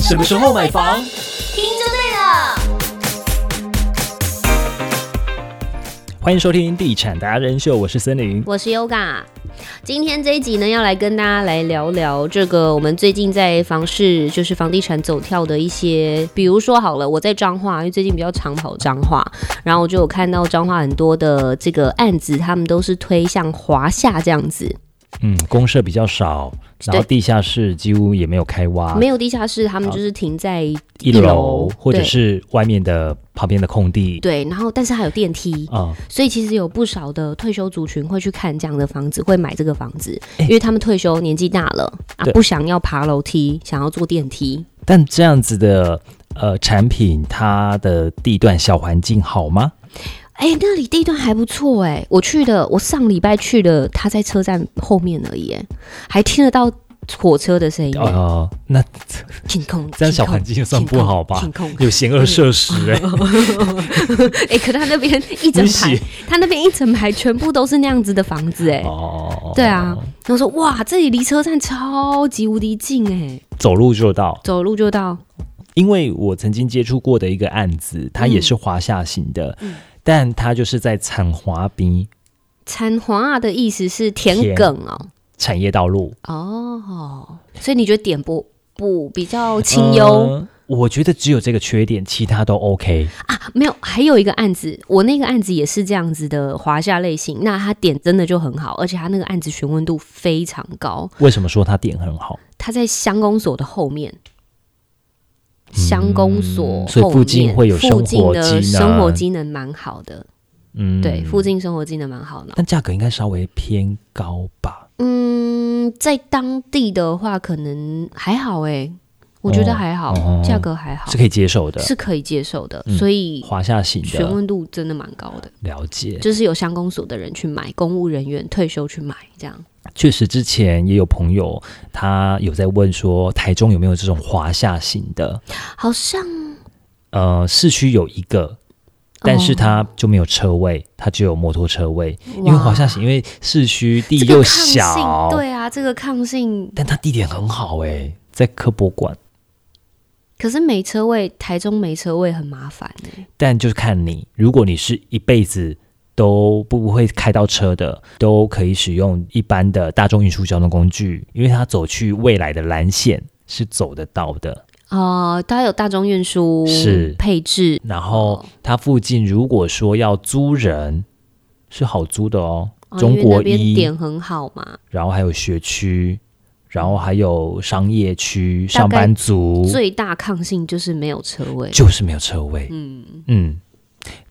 什么时候买房？听就对了。欢迎收听《地产达人秀》，我是森林。我是 Yoga，今天这一集呢，要来跟大家来聊聊这个我们最近在房市，就是房地产走跳的一些，比如说好了，我在彰化，因为最近比较常跑彰化，然后我就有看到彰化很多的这个案子，他们都是推向华夏这样子，嗯，公社比较少，然后地下室几乎也没有开挖，没有地下室，他们就是停在一一楼楼或者对是外面的旁边的空地对，然后但是还有电梯，啊、所以其实有不少的退休族群会去看这样的房子，会买这个房子，因为他们退休年纪大了啊对，不想要爬楼梯，想要坐电梯。但这样子的呃产品，它的地段小环境好吗？哎、那里地段还不错哎、我去的，我上礼拜去的，他在车站后面而已、哎，还听得到火车的声音、哎哦，那清空，这样小清空环境算清不空好吧清空，有邪恶设施哎、哎、可他那边一整你排洗，他那边一整排全部都是那样子的房子哎、哦， 对啊，然后说哇，这里离车站超级无敌近哎、走路就到。走路就到。因为我曾经接触过的一个案子，它也是华夏型的，嗯但它就是在产华滨产华的意思是田田埂哦，产业道路。哦，所以你觉得点不不比较清幽、呃我觉得只有这个缺点，其他都 OK。啊？没有，还有一个案子，我那个案子也是这样子的华夏类型，那他点真的就很好，而且他那个案子询问度非常高，为什么说它点很好？他在乡公所的后面。乡公所后面、嗯所以附近会有生活附近的机能生活机能蛮好的，嗯，对，附近生活机能蛮好的。但价格应该稍微偏高吧？嗯，在当地的话，可能还好哎、我觉得哦还好，哦价格还好是，可以接受的，是可以接受的，嗯所以华夏型询的问度真的蛮高的，了解。就是有乡公所的人去买，公务人员退休去买这样。确实，之前也有朋友他有在问说，台中有没有这种华夏型的？好像呃，市区有一个，但是哦它就没有车位，它只有摩托车位。因为哇华夏型，因为市区地这个又抗小，性，对啊，这个抗性，但它地点很好哎、在科博馆。可是没车位，台中没车位很麻烦哎、但就是看你，欸如果你是一辈子都不会开到车的，都可以使用一般的大众运输交通工具，因为它走去未来的蓝线是走得到的。哦、它有大众运输是嗯配置，然后它附近如果说要租人，是好租的哦，哦中因为国那边一，点很好嘛，然后还有学区，然后还有商业区、大概上班族，最大抗性就是没有车位。就是没有车位。嗯，嗯，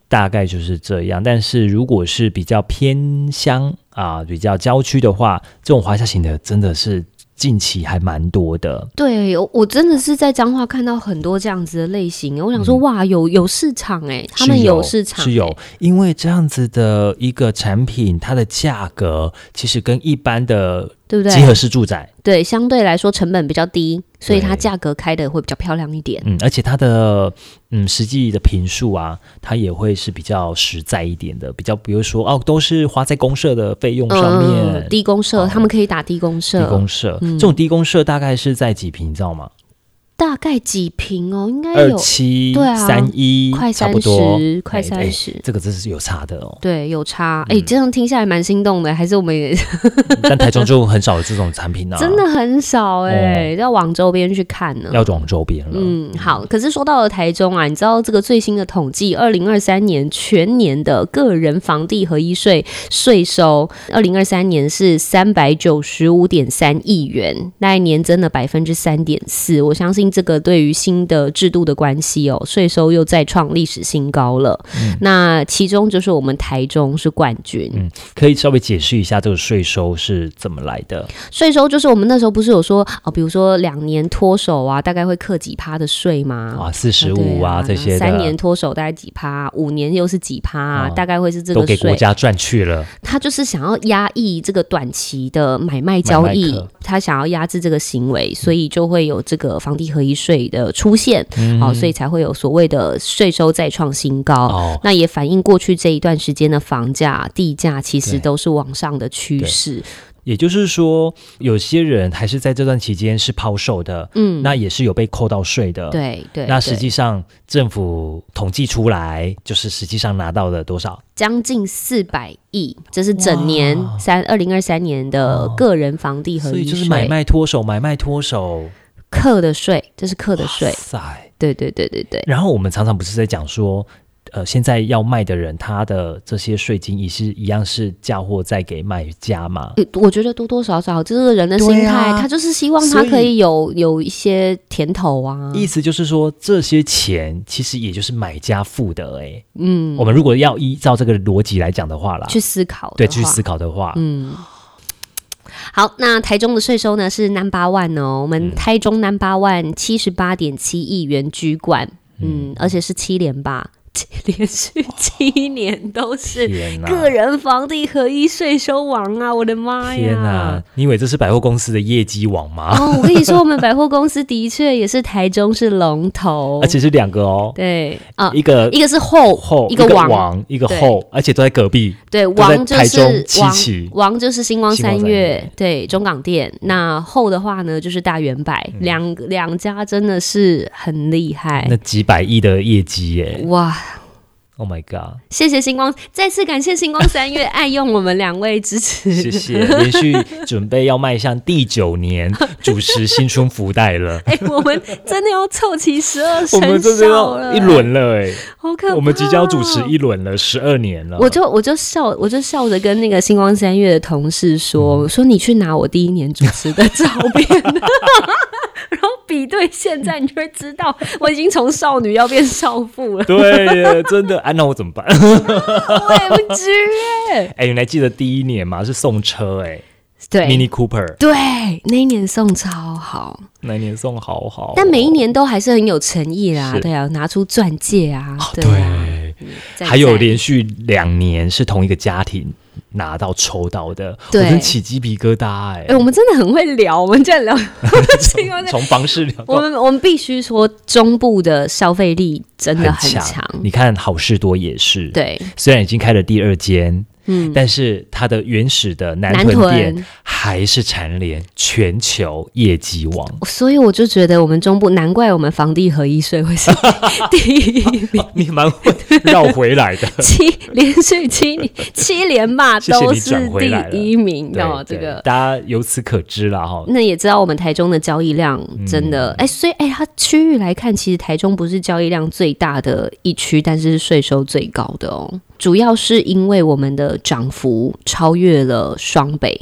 大概就是这样。但是如果是比较偏乡啊、比较郊区的话，这种华夏型的真的是近期还蛮多的。对，我我真的是在彰化看到很多这样子的类型，我想说、嗯哇，有有市场哎、他们是有市场、是哎有，因为这样子的一个产品，它的价格其实跟一般的对不集对？合式住宅，对，相对来说成本比较低，所以它对价格开的会比较漂亮一点。嗯，而且它的嗯实际的频数啊，它也会是比较实在一点的，比较比如说哦，都是花在公社的费用上面，嗯低公社、嗯哦他们可以打低公社，低公社、嗯这种低公社大概是在几平，你知道吗？大概几平哦，应该二有七对啊三一，快差三不多十，快哎三十、。哎这嗯个真是有差的哦对，有差。哎、这样听下来蛮心动的，还是我们也但台中就很少有这种产品啊，哦 真的很少哎、要往周边去看呢。要往周边了。嗯，好。可是说到了台中啊，你知道这个最新的统计，二零二三年全年的个人房地合一税税收，二零二三年是三百九十五点三亿元，那一年增了百分之三点四。我相信这个对于新的制度的关系哦，税收又再创历史新高了。那其中就是我们台中是冠军。嗯可以稍微解释一下这个税收是怎么来的？税收就是我们那时候不是有说哦，比如说两年脱手啊，大概会课几趴的税吗？啊，四十五对啊这些三年的脱手大概几趴，五年又是几趴、哦大概会是这都个给国税。家赚去了。他就是想要压抑这个短期的买卖交易买卖客，嗯他想要压制这个行为，所以就会有这个房地合一税的出现，好、所以才会有所谓的税收再创新高。嗯哦，那也反映过去这一段时间的房价、地价其实对都是往上的趋势。也就是说，有些人还是在这段期间是抛售的，嗯，那也是有被扣到税的。。对哦对，那对实际上，政府统计出来就是实际上拿到了多少？将近四百亿，这是整年哇三二零二三年的哦个人房地合所以一就是买税卖脱手，买卖脱手，课的税，这是课的哇税，塞！对对对对对，然后我们常常不是在讲说，呃，现在要卖的人，他的这些税金也是一样是嫁祸在给卖家嘛？呃我觉得多多少少这个人的心对态，啊他就是希望他所以可以有有一些甜头啊，意思就是说，这些钱其实也就是买家付的、欸，嗯，我们如果要依照这个逻辑来讲的话啦，去思考，对去思，考的话，嗯。好，那台中的税收呢是 number one 哦，我嗯们台中 number one 七十八点七亿元居冠，嗯，而且是 七连吧，连续七年都是天哪、个人房地合一税收王啊！我的妈呀！天哪、你以为这是百货公司的业绩网吗？哦，我跟你说，我们百货公司的确也是台中是龙 头，而且是两个哦，对啊，一个一个是后后一一个个王王，一个后，而且都在隔壁。对都在王就台是中七王期王就是星光星光三三月月，对中港店。那后的话呢，就是大圆百，嗯两两家真的是很厉害那几百亿的业绩耶哇！ ！Oh my god！谢谢星光，再次感谢星光三 月爱用我们两位支持，谢谢，连续准备要迈向第九 。年，主持新春福袋了哎、我们真的要凑齐十二我生们真的肖要了，一，轮了哎、好可怕、我们即将主持。一轮了，十二年了。，我就我就笑，我就笑着跟那个星光三月的同事说：“我说你去拿我第一年主持的照片， 然后比对现在，你就会知道我已经从少女要变少妇了 对耶，真的，啊，那我怎么办？ 我也不知耶。哎、你还记得第一年吗？是送车哎、对 Mini Cooper 对，那一年送超好，那一年送好好哦、但每一年都还是很有诚意啦。是哦对啊，拿出钻戒啊，对啊，对，赞还有赞连续两年是同一个家庭拿到抽到的，对我真起鸡皮疙瘩哎、哎、我们真的很会聊，我们这 样聊 星光三月从房市聊我到们我们必须说，中部的消费力真的很强。你看好事多也是，，对，虽然已经开了第二间，嗯，但是它的原始的南南屯屯店还是蝉联全球业绩王。 所以我就觉得我们中部，难怪我们房地合一税会是第一名，，哦你蛮会绕回来的 七连续 七年七连吧，谢谢你都是转回来了第一名对哦，这对个。大家由此可知啦哈。那也知道我们台中的交易量真的，嗯哎、所以哎，它区域来看，其实台中不是交易量最大的一区，但是税收最高的哦。主要是因为我们的涨幅超越了双北，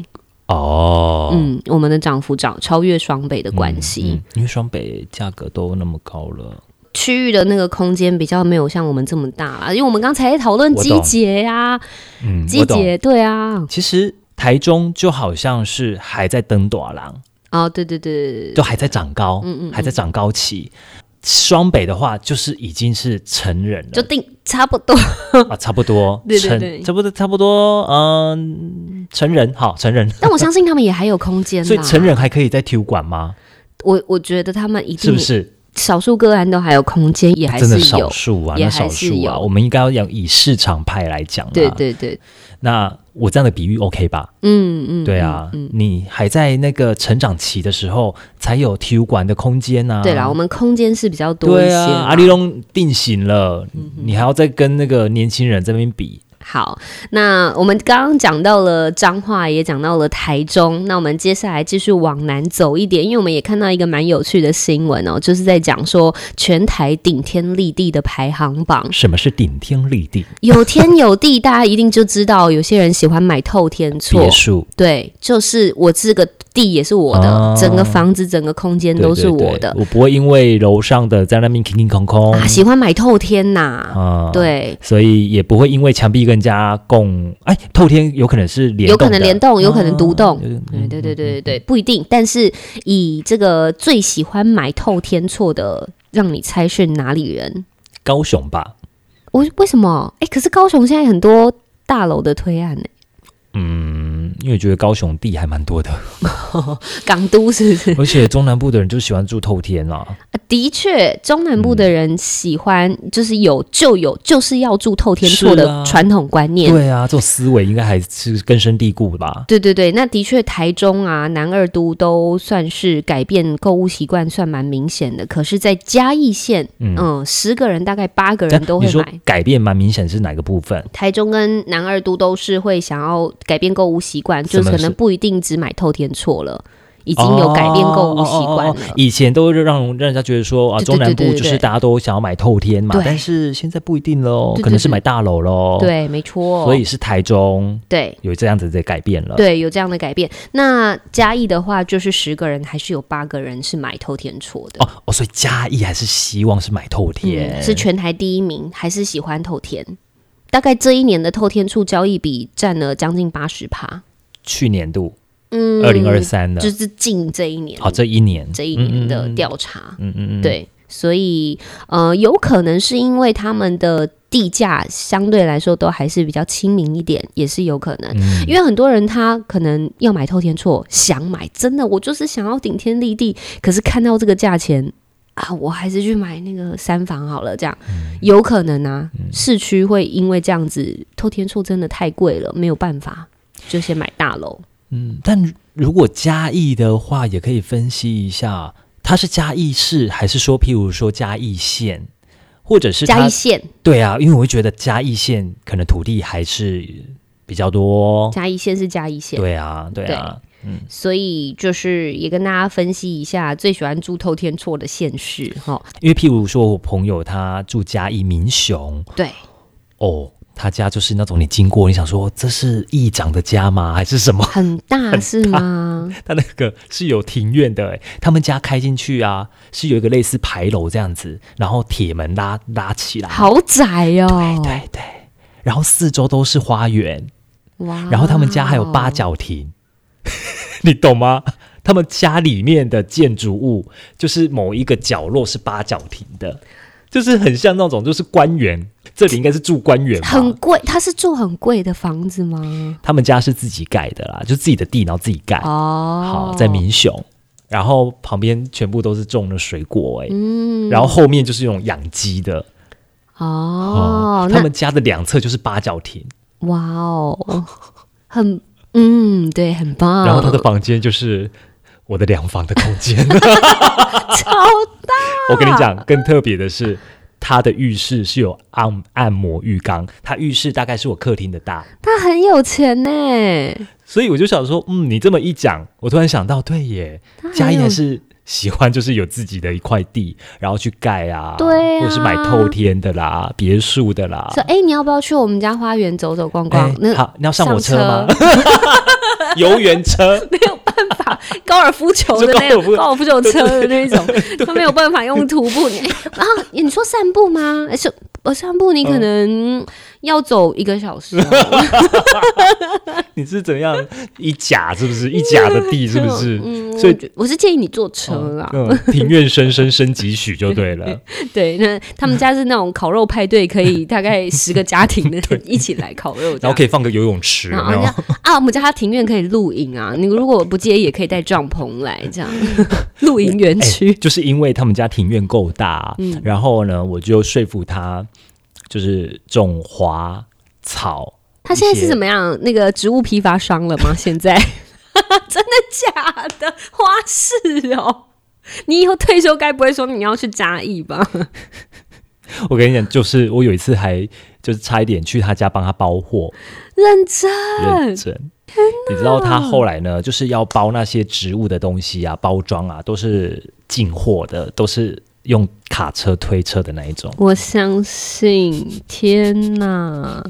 哦，嗯，我们的涨幅涨超越双北的关系，嗯因为双北价格都那么高了，区域的那个空间比较没有像我们这么大啦，因为我们刚才在讨论我季懂节呀、嗯，季我懂。节对啊，其实台中就好像是还在登短廊，哦，对对对，就还在长高，嗯嗯还在长高期。双北的话，就是已经是成人就了定差不 多，啊，差不多 对对成对差不多差不多，嗯，成人好成人，但我相信他们也还有空间所以啦。成人还可以在体育馆吗？我我觉得他们一定是不是？少数个案都还有空间，也还真是的少有，数啊，也那还少是数啊，有我们应该要讲以市场派来讲啦。啊对对对，那我这样的比喻 OK 吧？嗯嗯，对啊，你还在那个成长期的时候，才有体育馆的空间呐、啊。对啦，我们空间是比较多一对些啊，啦。嗯阿里龙定型了，你还要再跟那个年轻人这边比，好，那我们刚刚讲到了彰化，也讲到了台中，那我们接下来继续往南走一点，因为我们也看到一个蛮有趣的新闻哦，就是在讲说全台顶天立地的排行 榜，什么是顶天立地有天有地，大家一定就知道，有些人喜欢买透天厝别，墅？对，就是我这个地也是我的，哦整个房子、整个空间都是对对我的对我不会因为楼上的在那边空空空空啊，喜欢买透天呐、啊，，对。所以也不会因为墙壁跟人家共，哎，透天有可能是联有动的，可能联动，有可能独啊栋，有对对对对对嗯对，不一定。但是以这个最喜欢买透天错的，让你猜是哪里人？高雄吧，我为什么？哎、可是高雄现在很多大楼的推案呢、嗯，因为觉得高雄地还蛮多的，港都是 不是？而且中南部的人就喜欢住透天啦。啊 的确，中南部的人喜欢就是有就有，就是要住透天厝是啊的传统观念。对啊，这种思维应该还是根深蒂固的吧？对对对，那的确，台中啊、南二都都算是改变购物习惯，算蛮明显的。可是，在嘉义县，嗯嗯，十、个人大概八个但人都你会说买。改变蛮明显是哪个部分？台中跟南二都都是会想要改变购物习惯，什就么是可能是不一定只买透天错了，已经有改变购物习惯了。哦哦哦哦以前都是让让人家觉得说啊，对对中南对部对对就是大家都想要买透天嘛对，但是现在不一定喽对，对可能是买大楼喽。，对，没错。所以是台中对。有这样子的改变了。对，有这样的改变。那嘉义的话，就是十个人还是有八个人是买透天错的，哦哦，所以嘉义还是希望是买透天，嗯，是全台第一名，还是喜欢透天。大概这一年的透天处交易比占了将近八十趴，去年度嗯，二零二三的，就是近这一年，好这一年，这一年的调查，嗯嗯嗯，对，所以呃，有可能是因为他们的地价相对来说都还是比较亲民一点，也是有可能。嗯因为很多人他可能要买透天厝，想买，真的我就是想要顶天立地，可是看到这个价钱啊，我还是去买那个三房好了，这样、嗯有可能啊。市区会因为这样子，透天厝真的太贵了，没有办法，就先买大楼。嗯。但如果嘉义的话，也可以分析一下，它是嘉义市，还是说譬如说嘉义县，或者是嘉它义县，对啊，因为我会觉得嘉义县可能土地还是比较多。嘉义县是嘉义县。对啊，对啊，所以就是也跟大家分析一下最喜欢住透天厝的县市哈。因为譬如说我朋友他住嘉义民雄，对，哦，他家就是那种你经过，你想说这是议长的家吗？还是什么？很大是吗？他那个是有庭院的、欸，他们家开进去啊，是有一个类似牌楼这样子，然后铁门拉拉起来，豪宅哦，对对，然后四周都是花园，哇然后他们家还有八角亭，哦 你懂吗？他们家里面的建筑物就是某一个角落是八角亭的，就是很像那种就是官员，这里应该是住官员很吧？贵，他是住很贵的房子吗？他们家是自己盖的啦，就自己的地，然后自己盖。哦，好，在民雄，然后旁边全部都是种的水果、欸，嗯然后后面就是那种养鸡的。哦，他那们家的两侧就是八角亭，哇哦，很嗯，对，很棒。然后他的房间就是我的两房的空间。 超我跟你讲，更特别的是，它的浴室是有按按摩浴缸，它浴室大概是我客厅的大，他很有钱呢，所以我就想说，嗯，你这么一讲，我突然想到，对耶，嘉义还是喜欢就是有自己的一块地，然后去盖啊，对啊或是买透天的啦、别墅的啦。说哎，你要不要去我们家花园走走逛哎逛？那好，你要上我上车吗？ 游园车，高尔夫球的那就高尔夫种高尔夫球车的那一种，他没有办法用徒步。你啊，你说散步吗？而且我散步，你可能要走一个小时哦、你是怎样一甲是不 是一甲的地是不是？嗯，所所以以我是建议你坐车啊。嗯，庭院深深深几许就对了。 对，啊那他们家是那种烤肉派对，可以大概十个家庭的人一起来烤肉这然样后。可以放个游泳池，有然后没人有家？啊，我们家他庭院可以露营啊，你如果不介意，也可以带帐篷来这样露营园区。哎就是因为他们家庭院够大，嗯然后呢，我就说服他，就是种花草。他现在一是些怎么样？那个植物批发商了吗？ 现在真的假的？花市哦，你以后退休该不会说你要去嘉义吧？我跟你讲，就是我有一次还就是差一点去他家帮他包货，认真认真。你知道他后来呢，就是要包那些植物的东西啊，包装啊，都是进货的，都是用卡车推车的那一种。我相信，天哪，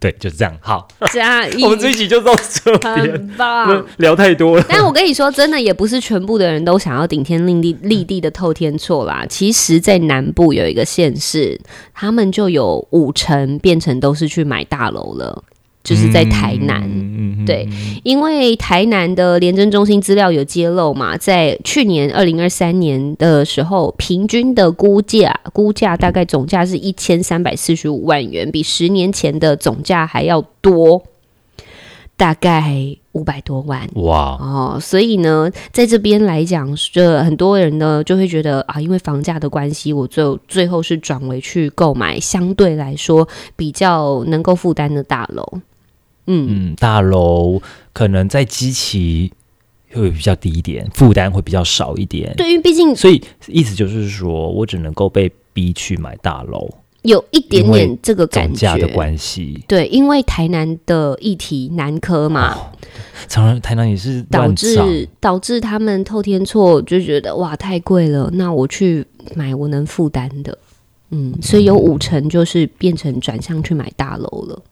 对，就是这样。好，嘉 义我们这一集就到这边，很棒。聊太多了。 但我跟你说，真的也不是全部的人都想要顶天立地立地的透天厝啦。其实，在南部有一个县市，他们就有五成变成都是去买大楼了，就是在台南。嗯嗯嗯嗯对，因为台南的廉政中心资料有揭露嘛，在去年二零二三年的时候，平均的估价估价大概总价是一千三百四十五万元，比十年前的总价还要多。大概五百多万。哇，哦，所以呢，在这边来讲，这很多人呢就会觉得啊，因为房价的关系，我最后最后是转为去购买相对来说比较能够负担的大楼。嗯，嗯，大楼可能在基期会比较低一点，负担会比较少一点。，对，因为毕竟所以意思就是说我只能够被逼去买大楼，有一点因为点这个感总价觉的关系。对，因为台南的议题南科嘛，哦常常台南也是导乱涨致导致他们透天错就觉得哇太贵了，那我去买我能负担的，嗯，所以有五成就是变成转向去买大楼了，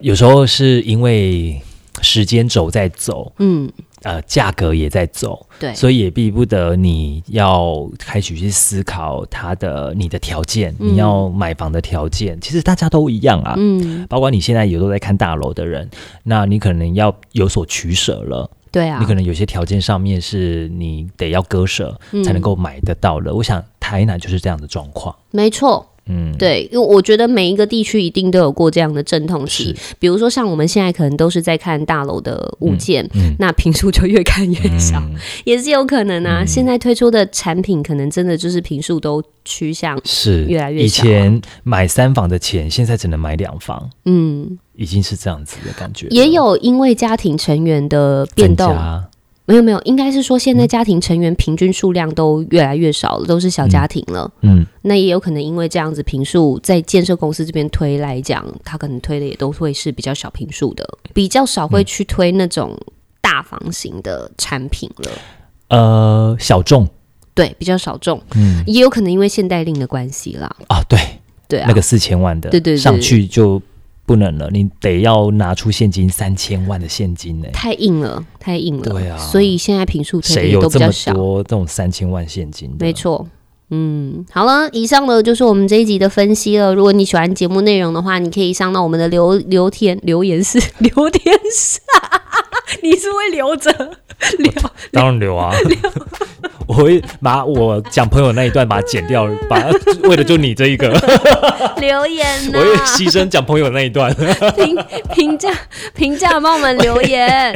有时候是因为时间轴在走，嗯，呃，价格也在走，对，所以也逼不得你要开始去思考它的你的条件，嗯你要买房的条件，其实大家都一样啊。嗯，包括你现在也都在看大楼的人，那你可能要有所取舍了。对啊，你可能有些条件上面是你得要割舍嗯才能够买得到的。我想台南就是这样的状况。没错，嗯，，对，因为我觉得每一个地区一定都有过这样的阵痛期是，，比如说像我们现在可能都是在看大楼的物件。 嗯，那平数就越看越 少，嗯也是有可能啊。嗯现在推出的产品，可能真的就是平数都趋向，是越来越以小啊前买三房的钱，现在只能买两房，嗯，已经是这样子的感觉了。也有因为家庭成员的变增动，加，没有没有，应该是说现在家庭成员平均数量都越来越少了，都是小家庭了。嗯，那也有可能因为这样子平数，在建设公司这边推来讲，他可能推的也都会是比较小平数的，比较少嗯会去推那种大房型的产品了。呃，小众，对，比较少众，嗯也有可能因为限贷令的关系啦。啊，对，对啊，那个四千万的，对对对上去就不能了，你得要拿出现金三千万的现金呢、太硬了，太硬了。对啊所以现在平数推的谁也有都比这较么少。多这种三千万现金的？没错。嗯，好了，以上呢就是我们这一集的分析了。如果你喜欢节目内容的话，你可以上到我们的留留天留言室 留天室， 你是会留着 留当然留啊， 我会把我讲朋友那一段把它剪掉，把它为了就你这 一个，啊留言我呢、会牺牲讲朋友那一段。评评价评价帮我们留 言，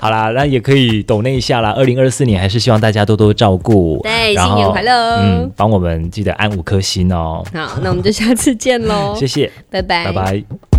好啦，那也可以抖那一下啦。二零二四年还是希望大家多多照顾，对，然新后年快乐。嗯，帮我们记得按五颗星哦，好，那我们就下次见喽，谢谢，拜拜。